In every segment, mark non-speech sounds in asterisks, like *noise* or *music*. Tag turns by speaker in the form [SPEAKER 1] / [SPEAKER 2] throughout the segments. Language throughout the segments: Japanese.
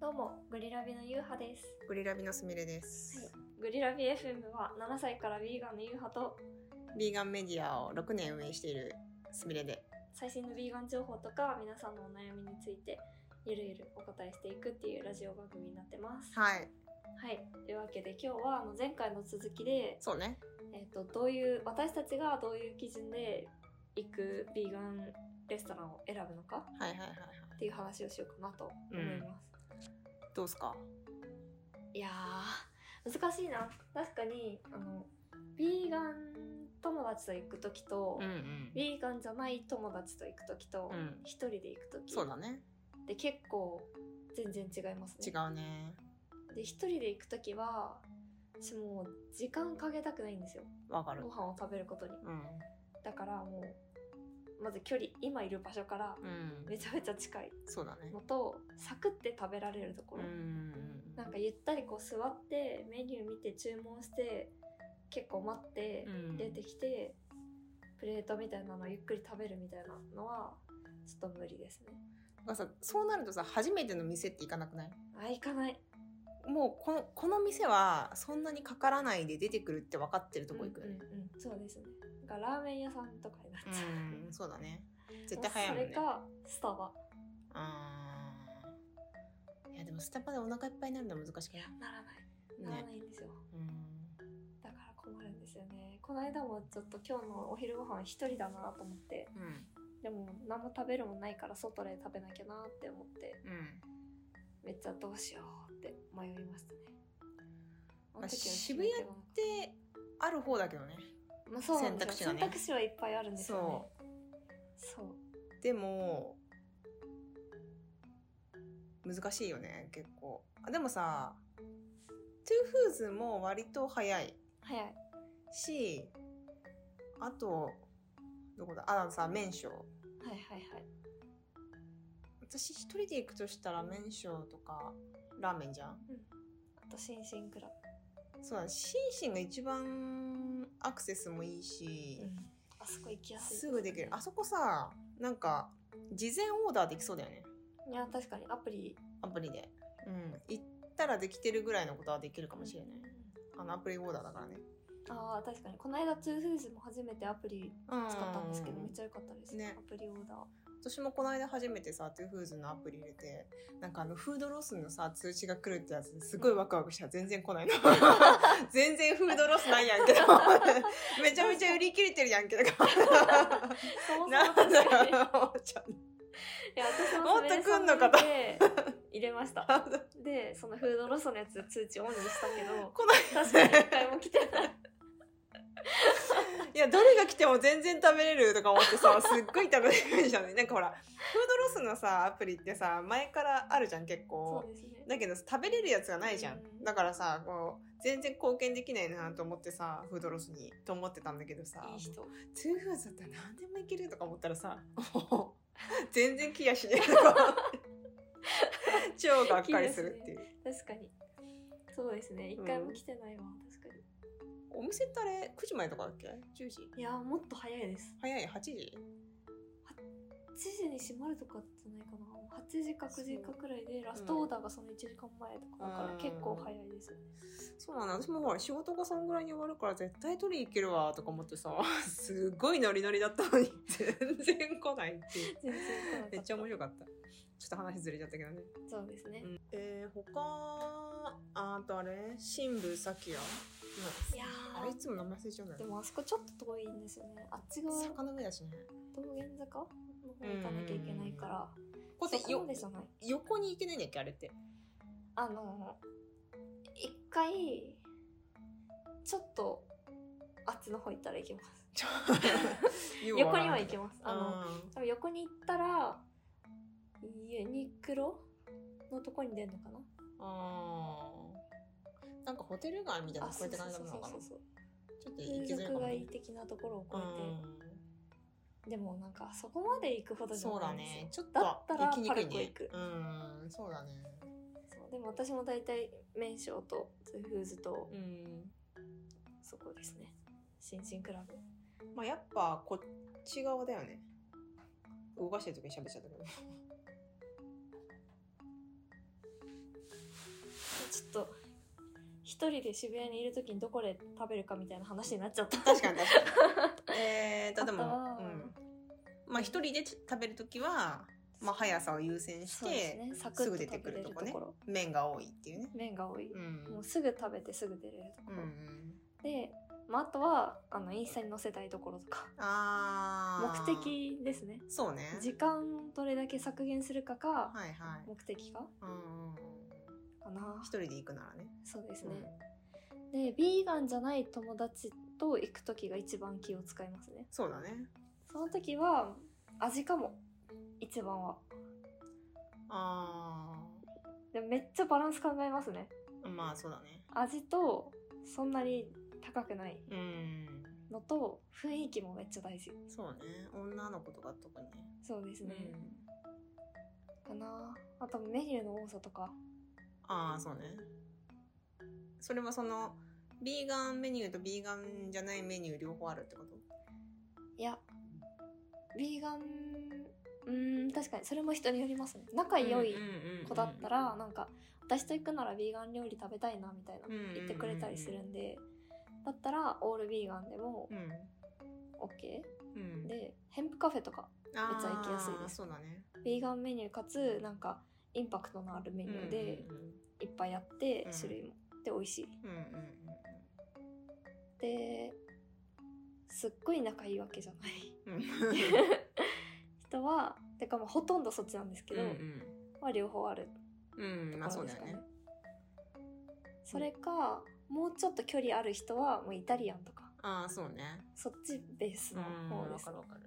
[SPEAKER 1] どうもグリラビのゆうはです、
[SPEAKER 2] グリラビのすみれです、
[SPEAKER 1] はい、グリラビ FM は7歳からヴィーガンのゆうはと
[SPEAKER 2] ビーガンメディアを6年運営しているすみれで
[SPEAKER 1] 最新のヴィーガン情報とか皆さんのお悩みについてゆるゆるお答えしていくっていうラジオ番組になってます
[SPEAKER 2] はい
[SPEAKER 1] はいというわけで今日はあの前回の続きで、
[SPEAKER 2] そうね
[SPEAKER 1] えっとどういう私たちがどういう基準で行くヴィーガンレストランを選ぶのか
[SPEAKER 2] はいはいはいはい
[SPEAKER 1] っていう話をしようかなと思います、
[SPEAKER 2] どうすか
[SPEAKER 1] いやー難しいな確かにあのヴィーガン友達と行く時と、
[SPEAKER 2] ん
[SPEAKER 1] ヴィーガンじゃない友達と行く時と
[SPEAKER 2] うん
[SPEAKER 1] 一、人で行く時
[SPEAKER 2] そうだね
[SPEAKER 1] で結構全然違います
[SPEAKER 2] 違
[SPEAKER 1] ね
[SPEAKER 2] うね
[SPEAKER 1] で一人で行く時は私もう時間かけたくないんですよ
[SPEAKER 2] わかる
[SPEAKER 1] ご飯を食べることに
[SPEAKER 2] うん
[SPEAKER 1] だからもうまず距離今いる場所から
[SPEAKER 2] うん
[SPEAKER 1] めちゃめちゃ近い
[SPEAKER 2] そうだね
[SPEAKER 1] のとサクって食べられるとこ
[SPEAKER 2] う
[SPEAKER 1] ろ、
[SPEAKER 2] ん
[SPEAKER 1] なんかゆったりこう座ってメニュー見て注文して結構待って
[SPEAKER 2] うん
[SPEAKER 1] 出てきて、プレートみたいなのをゆっくり食べるみたいなのはちょっと無理ですね
[SPEAKER 2] なんかさそうなるとさ初めての店って行かなくない
[SPEAKER 1] あ行かない
[SPEAKER 2] もうこのこの店はそんなにかからないで出てくるって分かってるとこ行くよね
[SPEAKER 1] うんうんうんそうですねなんかラーメン屋さんとかになっちゃう、 *laughs*
[SPEAKER 2] うんそうだね絶対早いもんね
[SPEAKER 1] それかスタバ
[SPEAKER 2] あーいやでもスタバでお腹いっぱいになるのは難しく
[SPEAKER 1] い
[SPEAKER 2] な
[SPEAKER 1] やならない
[SPEAKER 2] い
[SPEAKER 1] なら
[SPEAKER 2] ね
[SPEAKER 1] ないんですよ、
[SPEAKER 2] うん
[SPEAKER 1] だから困るんですよねこの間もちょっと今日のお昼ご飯一人だなと思って
[SPEAKER 2] うん
[SPEAKER 1] でも何も食べるもんないから外で食べなきゃなって思って
[SPEAKER 2] うん
[SPEAKER 1] めっちゃどうしようって迷いましたね。あ
[SPEAKER 2] ま
[SPEAKER 1] の
[SPEAKER 2] あ、
[SPEAKER 1] 時は
[SPEAKER 2] 渋谷っ
[SPEAKER 1] 決め手がなか
[SPEAKER 2] てある方だけどね
[SPEAKER 1] ったまあ、そうなんですよ
[SPEAKER 2] 選択肢がね
[SPEAKER 1] 選択肢はいっぱいあるんですよね。そう
[SPEAKER 2] でも難しいよね結構あでもさトゥーフーズも割と早い
[SPEAKER 1] 早い。
[SPEAKER 2] しあとどこだああのさ麺匠
[SPEAKER 1] はいはいはい。
[SPEAKER 2] 私一人で行くとしたら麺匠とかラーメンじゃん
[SPEAKER 1] あと新進クラ
[SPEAKER 2] そうだねシンシンが一番アクセスもいいし、
[SPEAKER 1] ブ、あそこ行きやすい
[SPEAKER 2] すぐできるあそこさなんか事前オーダーできそうだよね
[SPEAKER 1] いや確かにアプリ
[SPEAKER 2] アプリで、うん、行ったらできてるぐらいのことはできるかもしれない、あのアプリオーダーだからね、
[SPEAKER 1] ああ確かにこの間ツーフーズも初めてアプリ
[SPEAKER 2] うん、
[SPEAKER 1] 使ったんですけど、めっちゃ良かったです
[SPEAKER 2] ね
[SPEAKER 1] アプリオーダー
[SPEAKER 2] 私もこの間初めてさトゥーフーズのアプリ入れてなんかあのフードロスのさ通知が来るってやつすごいワクワクした全然来ないの *laughs* 全然フードロスないやんけど *laughs* めちゃめちゃ売り切れてるやんけど *laughs*
[SPEAKER 1] そもそも
[SPEAKER 2] なん
[SPEAKER 1] 確か
[SPEAKER 2] だ
[SPEAKER 1] にい
[SPEAKER 2] よ思っちゃう
[SPEAKER 1] や私もそれ
[SPEAKER 2] もっと来んのかと
[SPEAKER 1] それで入れました
[SPEAKER 2] *laughs*
[SPEAKER 1] でそのフードロスのやつ通知オンにしたけど
[SPEAKER 2] *laughs* 来ない
[SPEAKER 1] 確かに一回も来て
[SPEAKER 2] *laughs*
[SPEAKER 1] ない
[SPEAKER 2] いや、どれが来ても全然食べれるとか思って
[SPEAKER 1] *laughs*
[SPEAKER 2] さ、すっごい食べれるじゃんね。なんかほら、フードロスのさ、アプリってさ、前からあるじゃん、結
[SPEAKER 1] そう
[SPEAKER 2] 構。
[SPEAKER 1] ですね。
[SPEAKER 2] だけど食べれるやつがないじゃ。
[SPEAKER 1] うんん
[SPEAKER 2] だからさ、こう、全然貢献できないなと思ってさ、フードロスに、と思ってたんだけどさ、
[SPEAKER 1] いい人。
[SPEAKER 2] トゥーフーズだったら何でもいけるとか思ったらさ、 *laughs* もう全然気やしねえとか思って。超がっかりするっていう。
[SPEAKER 1] 確かに。そうですね。一回も来てないわ、確かに。
[SPEAKER 2] お店ってあれ、9時前とかだっけ ?10 時
[SPEAKER 1] いやー、もっと早いです。
[SPEAKER 2] 早い ?8 時
[SPEAKER 1] 8時に閉まるとかじゃないかな。8時か9時かくらいで、ラストオーダーがその1時間前とかだから、
[SPEAKER 2] うん
[SPEAKER 1] 結構早いですよね。
[SPEAKER 2] そうなんだ私もほら仕事がそんぐらいに終わるから絶対取り行けるわとか思ってさ *laughs* すごいノリノリだったのに全然来ないっていう
[SPEAKER 1] 全然来なかった
[SPEAKER 2] めっちゃ面白かったちょっと話ずれちゃったけどね、
[SPEAKER 1] そうですね。
[SPEAKER 2] えー、他あとあれ新部さきや
[SPEAKER 1] いや
[SPEAKER 2] あれい
[SPEAKER 1] ー。
[SPEAKER 2] つも名前忘れちゃうんだ
[SPEAKER 1] で
[SPEAKER 2] よね
[SPEAKER 1] もあそこちょっと遠いんですよね。あっち側
[SPEAKER 2] 坂の上だしね
[SPEAKER 1] 道玄坂の方行かなきゃいけないから。
[SPEAKER 2] こ
[SPEAKER 1] そ
[SPEAKER 2] れ
[SPEAKER 1] こま
[SPEAKER 2] よ
[SPEAKER 1] でじゃない。
[SPEAKER 2] 横に行けないんだっけあ
[SPEAKER 1] *laughs*
[SPEAKER 2] れって
[SPEAKER 1] あの一回ちょっとあっちの方行ったら行けます
[SPEAKER 2] ちょ
[SPEAKER 1] 横には行
[SPEAKER 2] け
[SPEAKER 1] けますあの
[SPEAKER 2] あ
[SPEAKER 1] 多分横に行ったらユニクロのとこに出るのかな
[SPEAKER 2] のあーなんかホテル街みたいな
[SPEAKER 1] あ
[SPEAKER 2] のこうやって感じなのかな
[SPEAKER 1] そう
[SPEAKER 2] ち
[SPEAKER 1] そう
[SPEAKER 2] ょっと行き
[SPEAKER 1] 風
[SPEAKER 2] づらいか
[SPEAKER 1] 俗
[SPEAKER 2] も
[SPEAKER 1] 街
[SPEAKER 2] ね
[SPEAKER 1] 的なところを
[SPEAKER 2] う
[SPEAKER 1] 越
[SPEAKER 2] ん
[SPEAKER 1] えてでもなんかそこまで行くほどじゃ
[SPEAKER 2] そう
[SPEAKER 1] な
[SPEAKER 2] だ
[SPEAKER 1] いんですよ
[SPEAKER 2] ね。ちょっと
[SPEAKER 1] だったら
[SPEAKER 2] 行きにくい
[SPEAKER 1] パルコ
[SPEAKER 2] ね
[SPEAKER 1] 行く。
[SPEAKER 2] うん、そうだね。
[SPEAKER 1] そうでも私も大体麺匠とツーフーズと
[SPEAKER 2] うん。
[SPEAKER 1] そこですね新進クラブ
[SPEAKER 2] まあやっぱこっち側だよね。動かしてる時に喋っちゃったけど。
[SPEAKER 1] ちょっと一人で渋谷にいる時にどこで食べるかみたいな話になっちゃった
[SPEAKER 2] 確かに確か *laughs* にえーとでも
[SPEAKER 1] あとは
[SPEAKER 2] うんまあ一人で食べる時は、 *laughs* まあ、速さを優先し
[SPEAKER 1] そうです
[SPEAKER 2] て、
[SPEAKER 1] ねサクッと
[SPEAKER 2] すぐ
[SPEAKER 1] 食べ
[SPEAKER 2] 出てく
[SPEAKER 1] れ
[SPEAKER 2] る
[SPEAKER 1] る
[SPEAKER 2] と
[SPEAKER 1] と
[SPEAKER 2] こ
[SPEAKER 1] こ
[SPEAKER 2] ね
[SPEAKER 1] ろ
[SPEAKER 2] 麺が多いっていうね
[SPEAKER 1] 麺が多い、
[SPEAKER 2] うん
[SPEAKER 1] もうすぐ食べてすぐ出れるとこ
[SPEAKER 2] う
[SPEAKER 1] ろ、
[SPEAKER 2] ん
[SPEAKER 1] で、まあ、あとはあのインスタに載せたいところとか
[SPEAKER 2] あー
[SPEAKER 1] 目的ですね
[SPEAKER 2] そうね
[SPEAKER 1] 時間をどれだけ削減するかか
[SPEAKER 2] はいはい
[SPEAKER 1] 目的か
[SPEAKER 2] うんうん
[SPEAKER 1] かな
[SPEAKER 2] 一人で行くならね
[SPEAKER 1] そうですね、でビーガンじゃない友達と行く時が一番気を使いますね
[SPEAKER 2] そうだね
[SPEAKER 1] その時は味かも一番は
[SPEAKER 2] あ
[SPEAKER 1] でめっちゃバランス考えますね
[SPEAKER 2] ーまあそうだね
[SPEAKER 1] 味とそんなに高くない
[SPEAKER 2] うん
[SPEAKER 1] のと雰囲気もめっちゃ大事
[SPEAKER 2] そうね女の子とか特にね
[SPEAKER 1] そうですね、
[SPEAKER 2] う
[SPEAKER 1] か
[SPEAKER 2] ん
[SPEAKER 1] なあとメニューの多さとか
[SPEAKER 2] ああそうねそれはそのビーガンメニューとビーガンじゃないメニュー両方あるってこと
[SPEAKER 1] いやビーガンうーん確かにそれも人によりますね仲良い子だったらなんか私と行くならビーガン料理食べたいなみたいな
[SPEAKER 2] うんうんうんうん
[SPEAKER 1] 言ってくれたりするんでだったらオールビーガンでも
[SPEAKER 2] うん
[SPEAKER 1] OK
[SPEAKER 2] うん
[SPEAKER 1] でヘンプカフェとか
[SPEAKER 2] あー
[SPEAKER 1] めっちゃ行きやすいです
[SPEAKER 2] そうだね
[SPEAKER 1] ビーガンメニューかつなんかインパクトのあるメニューで
[SPEAKER 2] うんうん
[SPEAKER 1] いっぱいあって
[SPEAKER 2] うん
[SPEAKER 1] 種類もで美味しい
[SPEAKER 2] うんうん
[SPEAKER 1] ですっごい仲いいわけじゃない *laughs*
[SPEAKER 2] うんうん
[SPEAKER 1] 人はてかまあほとんどそっちなんですけど、まあ両方ある *laughs*
[SPEAKER 2] うんうんまあ
[SPEAKER 1] とこ
[SPEAKER 2] そ
[SPEAKER 1] ろですか
[SPEAKER 2] うだよ
[SPEAKER 1] ね,、
[SPEAKER 2] ね
[SPEAKER 1] それかもうちょっと距離ある人はもうイタリアンとか
[SPEAKER 2] ああそうね
[SPEAKER 1] そっちベースの方です
[SPEAKER 2] わかる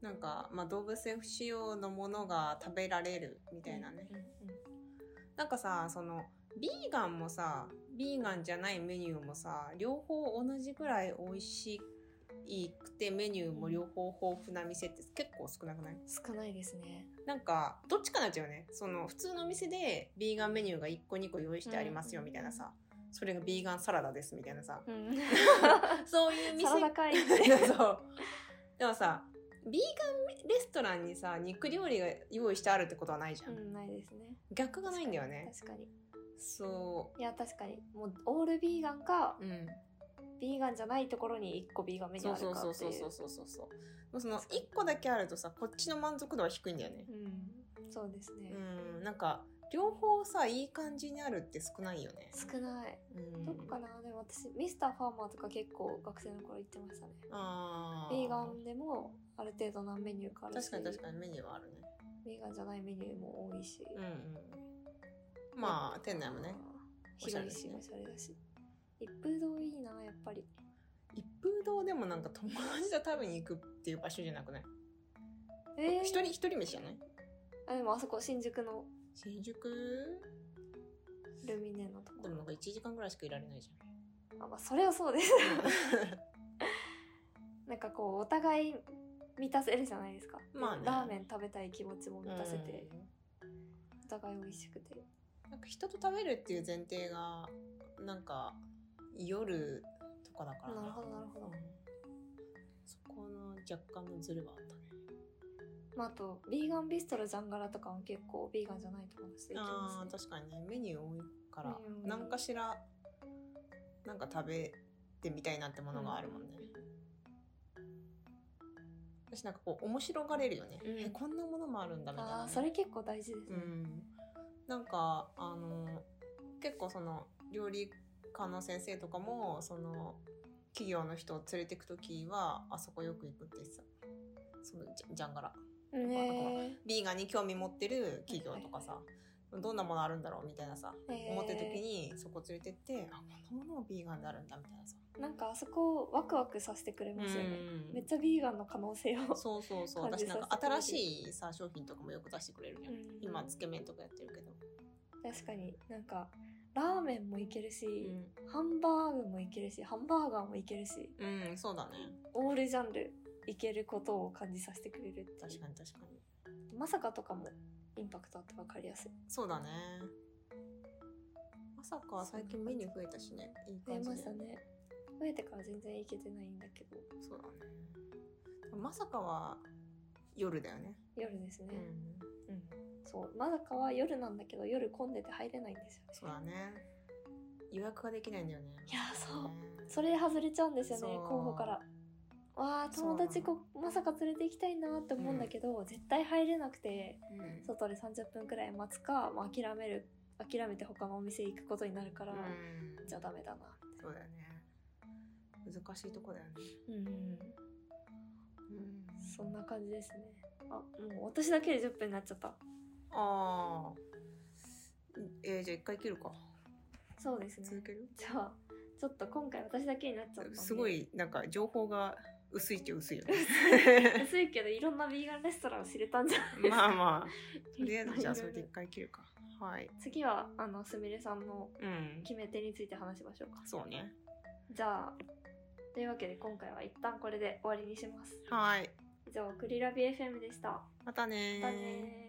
[SPEAKER 2] なんか、まあ、動物性不使用のものが食べられるみたいなね、
[SPEAKER 1] うんうん
[SPEAKER 2] なんかさそのビーガンもさビーガンじゃないメニューもさ両方同じぐらい美味しいくてメニューも両方豊富な店って結構少なくない
[SPEAKER 1] 少ないですね
[SPEAKER 2] なんかどっちかなっちゃうよねその普通の店でビーガンメニューが1個2個用意してありますよみたいなさ、それがビーガンサラダですみたいなさ
[SPEAKER 1] *laughs*
[SPEAKER 2] そういう店
[SPEAKER 1] サラダ会
[SPEAKER 2] *laughs* そうでもさビーガンレストランにさ肉料理が用意してあるってことはないじゃ、
[SPEAKER 1] うんんないですね
[SPEAKER 2] 逆がないんだよね
[SPEAKER 1] 確かに
[SPEAKER 2] そ
[SPEAKER 1] いや確かにもうオールビーガンか
[SPEAKER 2] ううん
[SPEAKER 1] ビーガンじゃないところに1個ビーガンメニュ
[SPEAKER 2] そ
[SPEAKER 1] ー
[SPEAKER 2] う
[SPEAKER 1] あ
[SPEAKER 2] そ
[SPEAKER 1] るか
[SPEAKER 2] うそう
[SPEAKER 1] ってい
[SPEAKER 2] そ
[SPEAKER 1] う
[SPEAKER 2] うそうそうそうそうもうその1個だけあるとさこっちの満足度は低いんだよね
[SPEAKER 1] うんそうですね、
[SPEAKER 2] うんなんか両方さいい感じにあるって少ないよね
[SPEAKER 1] 少ない
[SPEAKER 2] うん
[SPEAKER 1] どこかなでも私ミスターファーマーとか結構学生の頃行ってましたね
[SPEAKER 2] あー
[SPEAKER 1] ビーガンでもある程度何メニューかあるし
[SPEAKER 2] 確かに確かにメニューはあるね
[SPEAKER 1] ビーガンじゃないメニューも多いし、
[SPEAKER 2] うんうんまあ店内もねおし
[SPEAKER 1] 広
[SPEAKER 2] ゃれ
[SPEAKER 1] い
[SPEAKER 2] です
[SPEAKER 1] し
[SPEAKER 2] ね
[SPEAKER 1] おしゃれだし一風堂いいなやっぱり
[SPEAKER 2] 一風堂でもなんか友達と食べに行くっていう場所じゃなくない
[SPEAKER 1] えー、
[SPEAKER 2] 一人一人飯じゃない
[SPEAKER 1] あでもあそこ新宿の
[SPEAKER 2] 新宿
[SPEAKER 1] ルミネのとこ
[SPEAKER 2] でもなんか1時間ぐらいしかいられないじ
[SPEAKER 1] あまあそれはそうです *laughs*
[SPEAKER 2] ゃん
[SPEAKER 1] なんかこうお互い満たせるじゃないですか、
[SPEAKER 2] *laughs* まあね
[SPEAKER 1] ラーメン食べたい気持ちも満たせて、
[SPEAKER 2] うん
[SPEAKER 1] お互い美味しくて
[SPEAKER 2] なんか人と食べるっていう前提がなんか夜とかだから
[SPEAKER 1] なるほどなるほど
[SPEAKER 2] そこの若干のズルはあったね
[SPEAKER 1] まああとビーガンビストロジャンガラとかも結構ビーガンじゃない友達と行き
[SPEAKER 2] あ
[SPEAKER 1] ます
[SPEAKER 2] ー確かにねメニュー多いから
[SPEAKER 1] メニュー多い
[SPEAKER 2] 何かしらなんか食べてみたいなってものがあるもんね、私なんかこう面白がれるよね、
[SPEAKER 1] うん
[SPEAKER 2] えこんなものもあるんだみたいなね、
[SPEAKER 1] あーそれ結構大事です
[SPEAKER 2] う
[SPEAKER 1] ね、
[SPEAKER 2] ん、なんかあの結構その料理家の先生とかもその企業の人を連れてく時はあそこよく行くって言ってたそのジャジャンガラ
[SPEAKER 1] ね
[SPEAKER 2] ビーガンに興味持ってる企業とかさ、
[SPEAKER 1] は
[SPEAKER 2] どんなものあるんだろうみたいなさ
[SPEAKER 1] えー
[SPEAKER 2] 思ってる時にそこ連れてってあこんなものもビーガンであるんだみたいなさ、
[SPEAKER 1] なんかあそこワクワクさせてくれますよね、めっちゃビーガンの可能性を、
[SPEAKER 2] そうそうそう
[SPEAKER 1] 感
[SPEAKER 2] 私
[SPEAKER 1] じ
[SPEAKER 2] なん
[SPEAKER 1] させてくれる
[SPEAKER 2] か新しいさ商品とかもよく出してくれるじゃん、
[SPEAKER 1] うん
[SPEAKER 2] 今つけ麺とかやってるけど、
[SPEAKER 1] 確かになんかラーメンもいけるし、ハンバーグもいけるしハンバーガーもいけるし
[SPEAKER 2] うん、そうだね
[SPEAKER 1] オールジャンルいけることを感じさせてくれるっていう
[SPEAKER 2] 確かに確かに
[SPEAKER 1] まさかとかもインパクトあって分かりやすい
[SPEAKER 2] そうだねまさか最近メニュー増えたしねいい
[SPEAKER 1] 増え
[SPEAKER 2] 感じ
[SPEAKER 1] ま
[SPEAKER 2] で
[SPEAKER 1] したね増えてから全然いけてないんだけど
[SPEAKER 2] そうだねまさかは夜だよね
[SPEAKER 1] 夜ですね、
[SPEAKER 2] うん
[SPEAKER 1] そうまだかは夜なんだけど夜混んでて入れないんですよね
[SPEAKER 2] そうだね予約ができないんだよね
[SPEAKER 1] いやそう
[SPEAKER 2] ね
[SPEAKER 1] それ外れちゃうんですよね
[SPEAKER 2] そう
[SPEAKER 1] 候補からわあ友達こまさか連れて行きたいなって思うんだけど、絶対入れなくて
[SPEAKER 2] うん
[SPEAKER 1] 外で30分くらい待つか、まあ、諦める諦めて他のお店行くことになるから、
[SPEAKER 2] うん
[SPEAKER 1] じゃあダメだな
[SPEAKER 2] そうだよね難しいとこだよね
[SPEAKER 1] うん
[SPEAKER 2] うん
[SPEAKER 1] そんな感じですねあもう私だけで10分になっちゃった
[SPEAKER 2] ああえー、じゃあ一回切るか
[SPEAKER 1] そうですね
[SPEAKER 2] 続ける
[SPEAKER 1] じゃあちょっと今回私だけになっちゃったんです
[SPEAKER 2] ごいなんか情報が薄いっちゃ薄いよね
[SPEAKER 1] 薄いけどいろんなヴィーガンレストランを知れたんじゃないですか
[SPEAKER 2] *laughs* まあまあとりあえずじゃあそれで一回切るかはい
[SPEAKER 1] *laughs* 次はあのすみれさんの
[SPEAKER 2] うん
[SPEAKER 1] 決め手について話しましょうか
[SPEAKER 2] そうね
[SPEAKER 1] じゃあというわけで今回は一旦これで終わりにします
[SPEAKER 2] はい
[SPEAKER 1] 以上クリラビ FM でした
[SPEAKER 2] またねー
[SPEAKER 1] またねー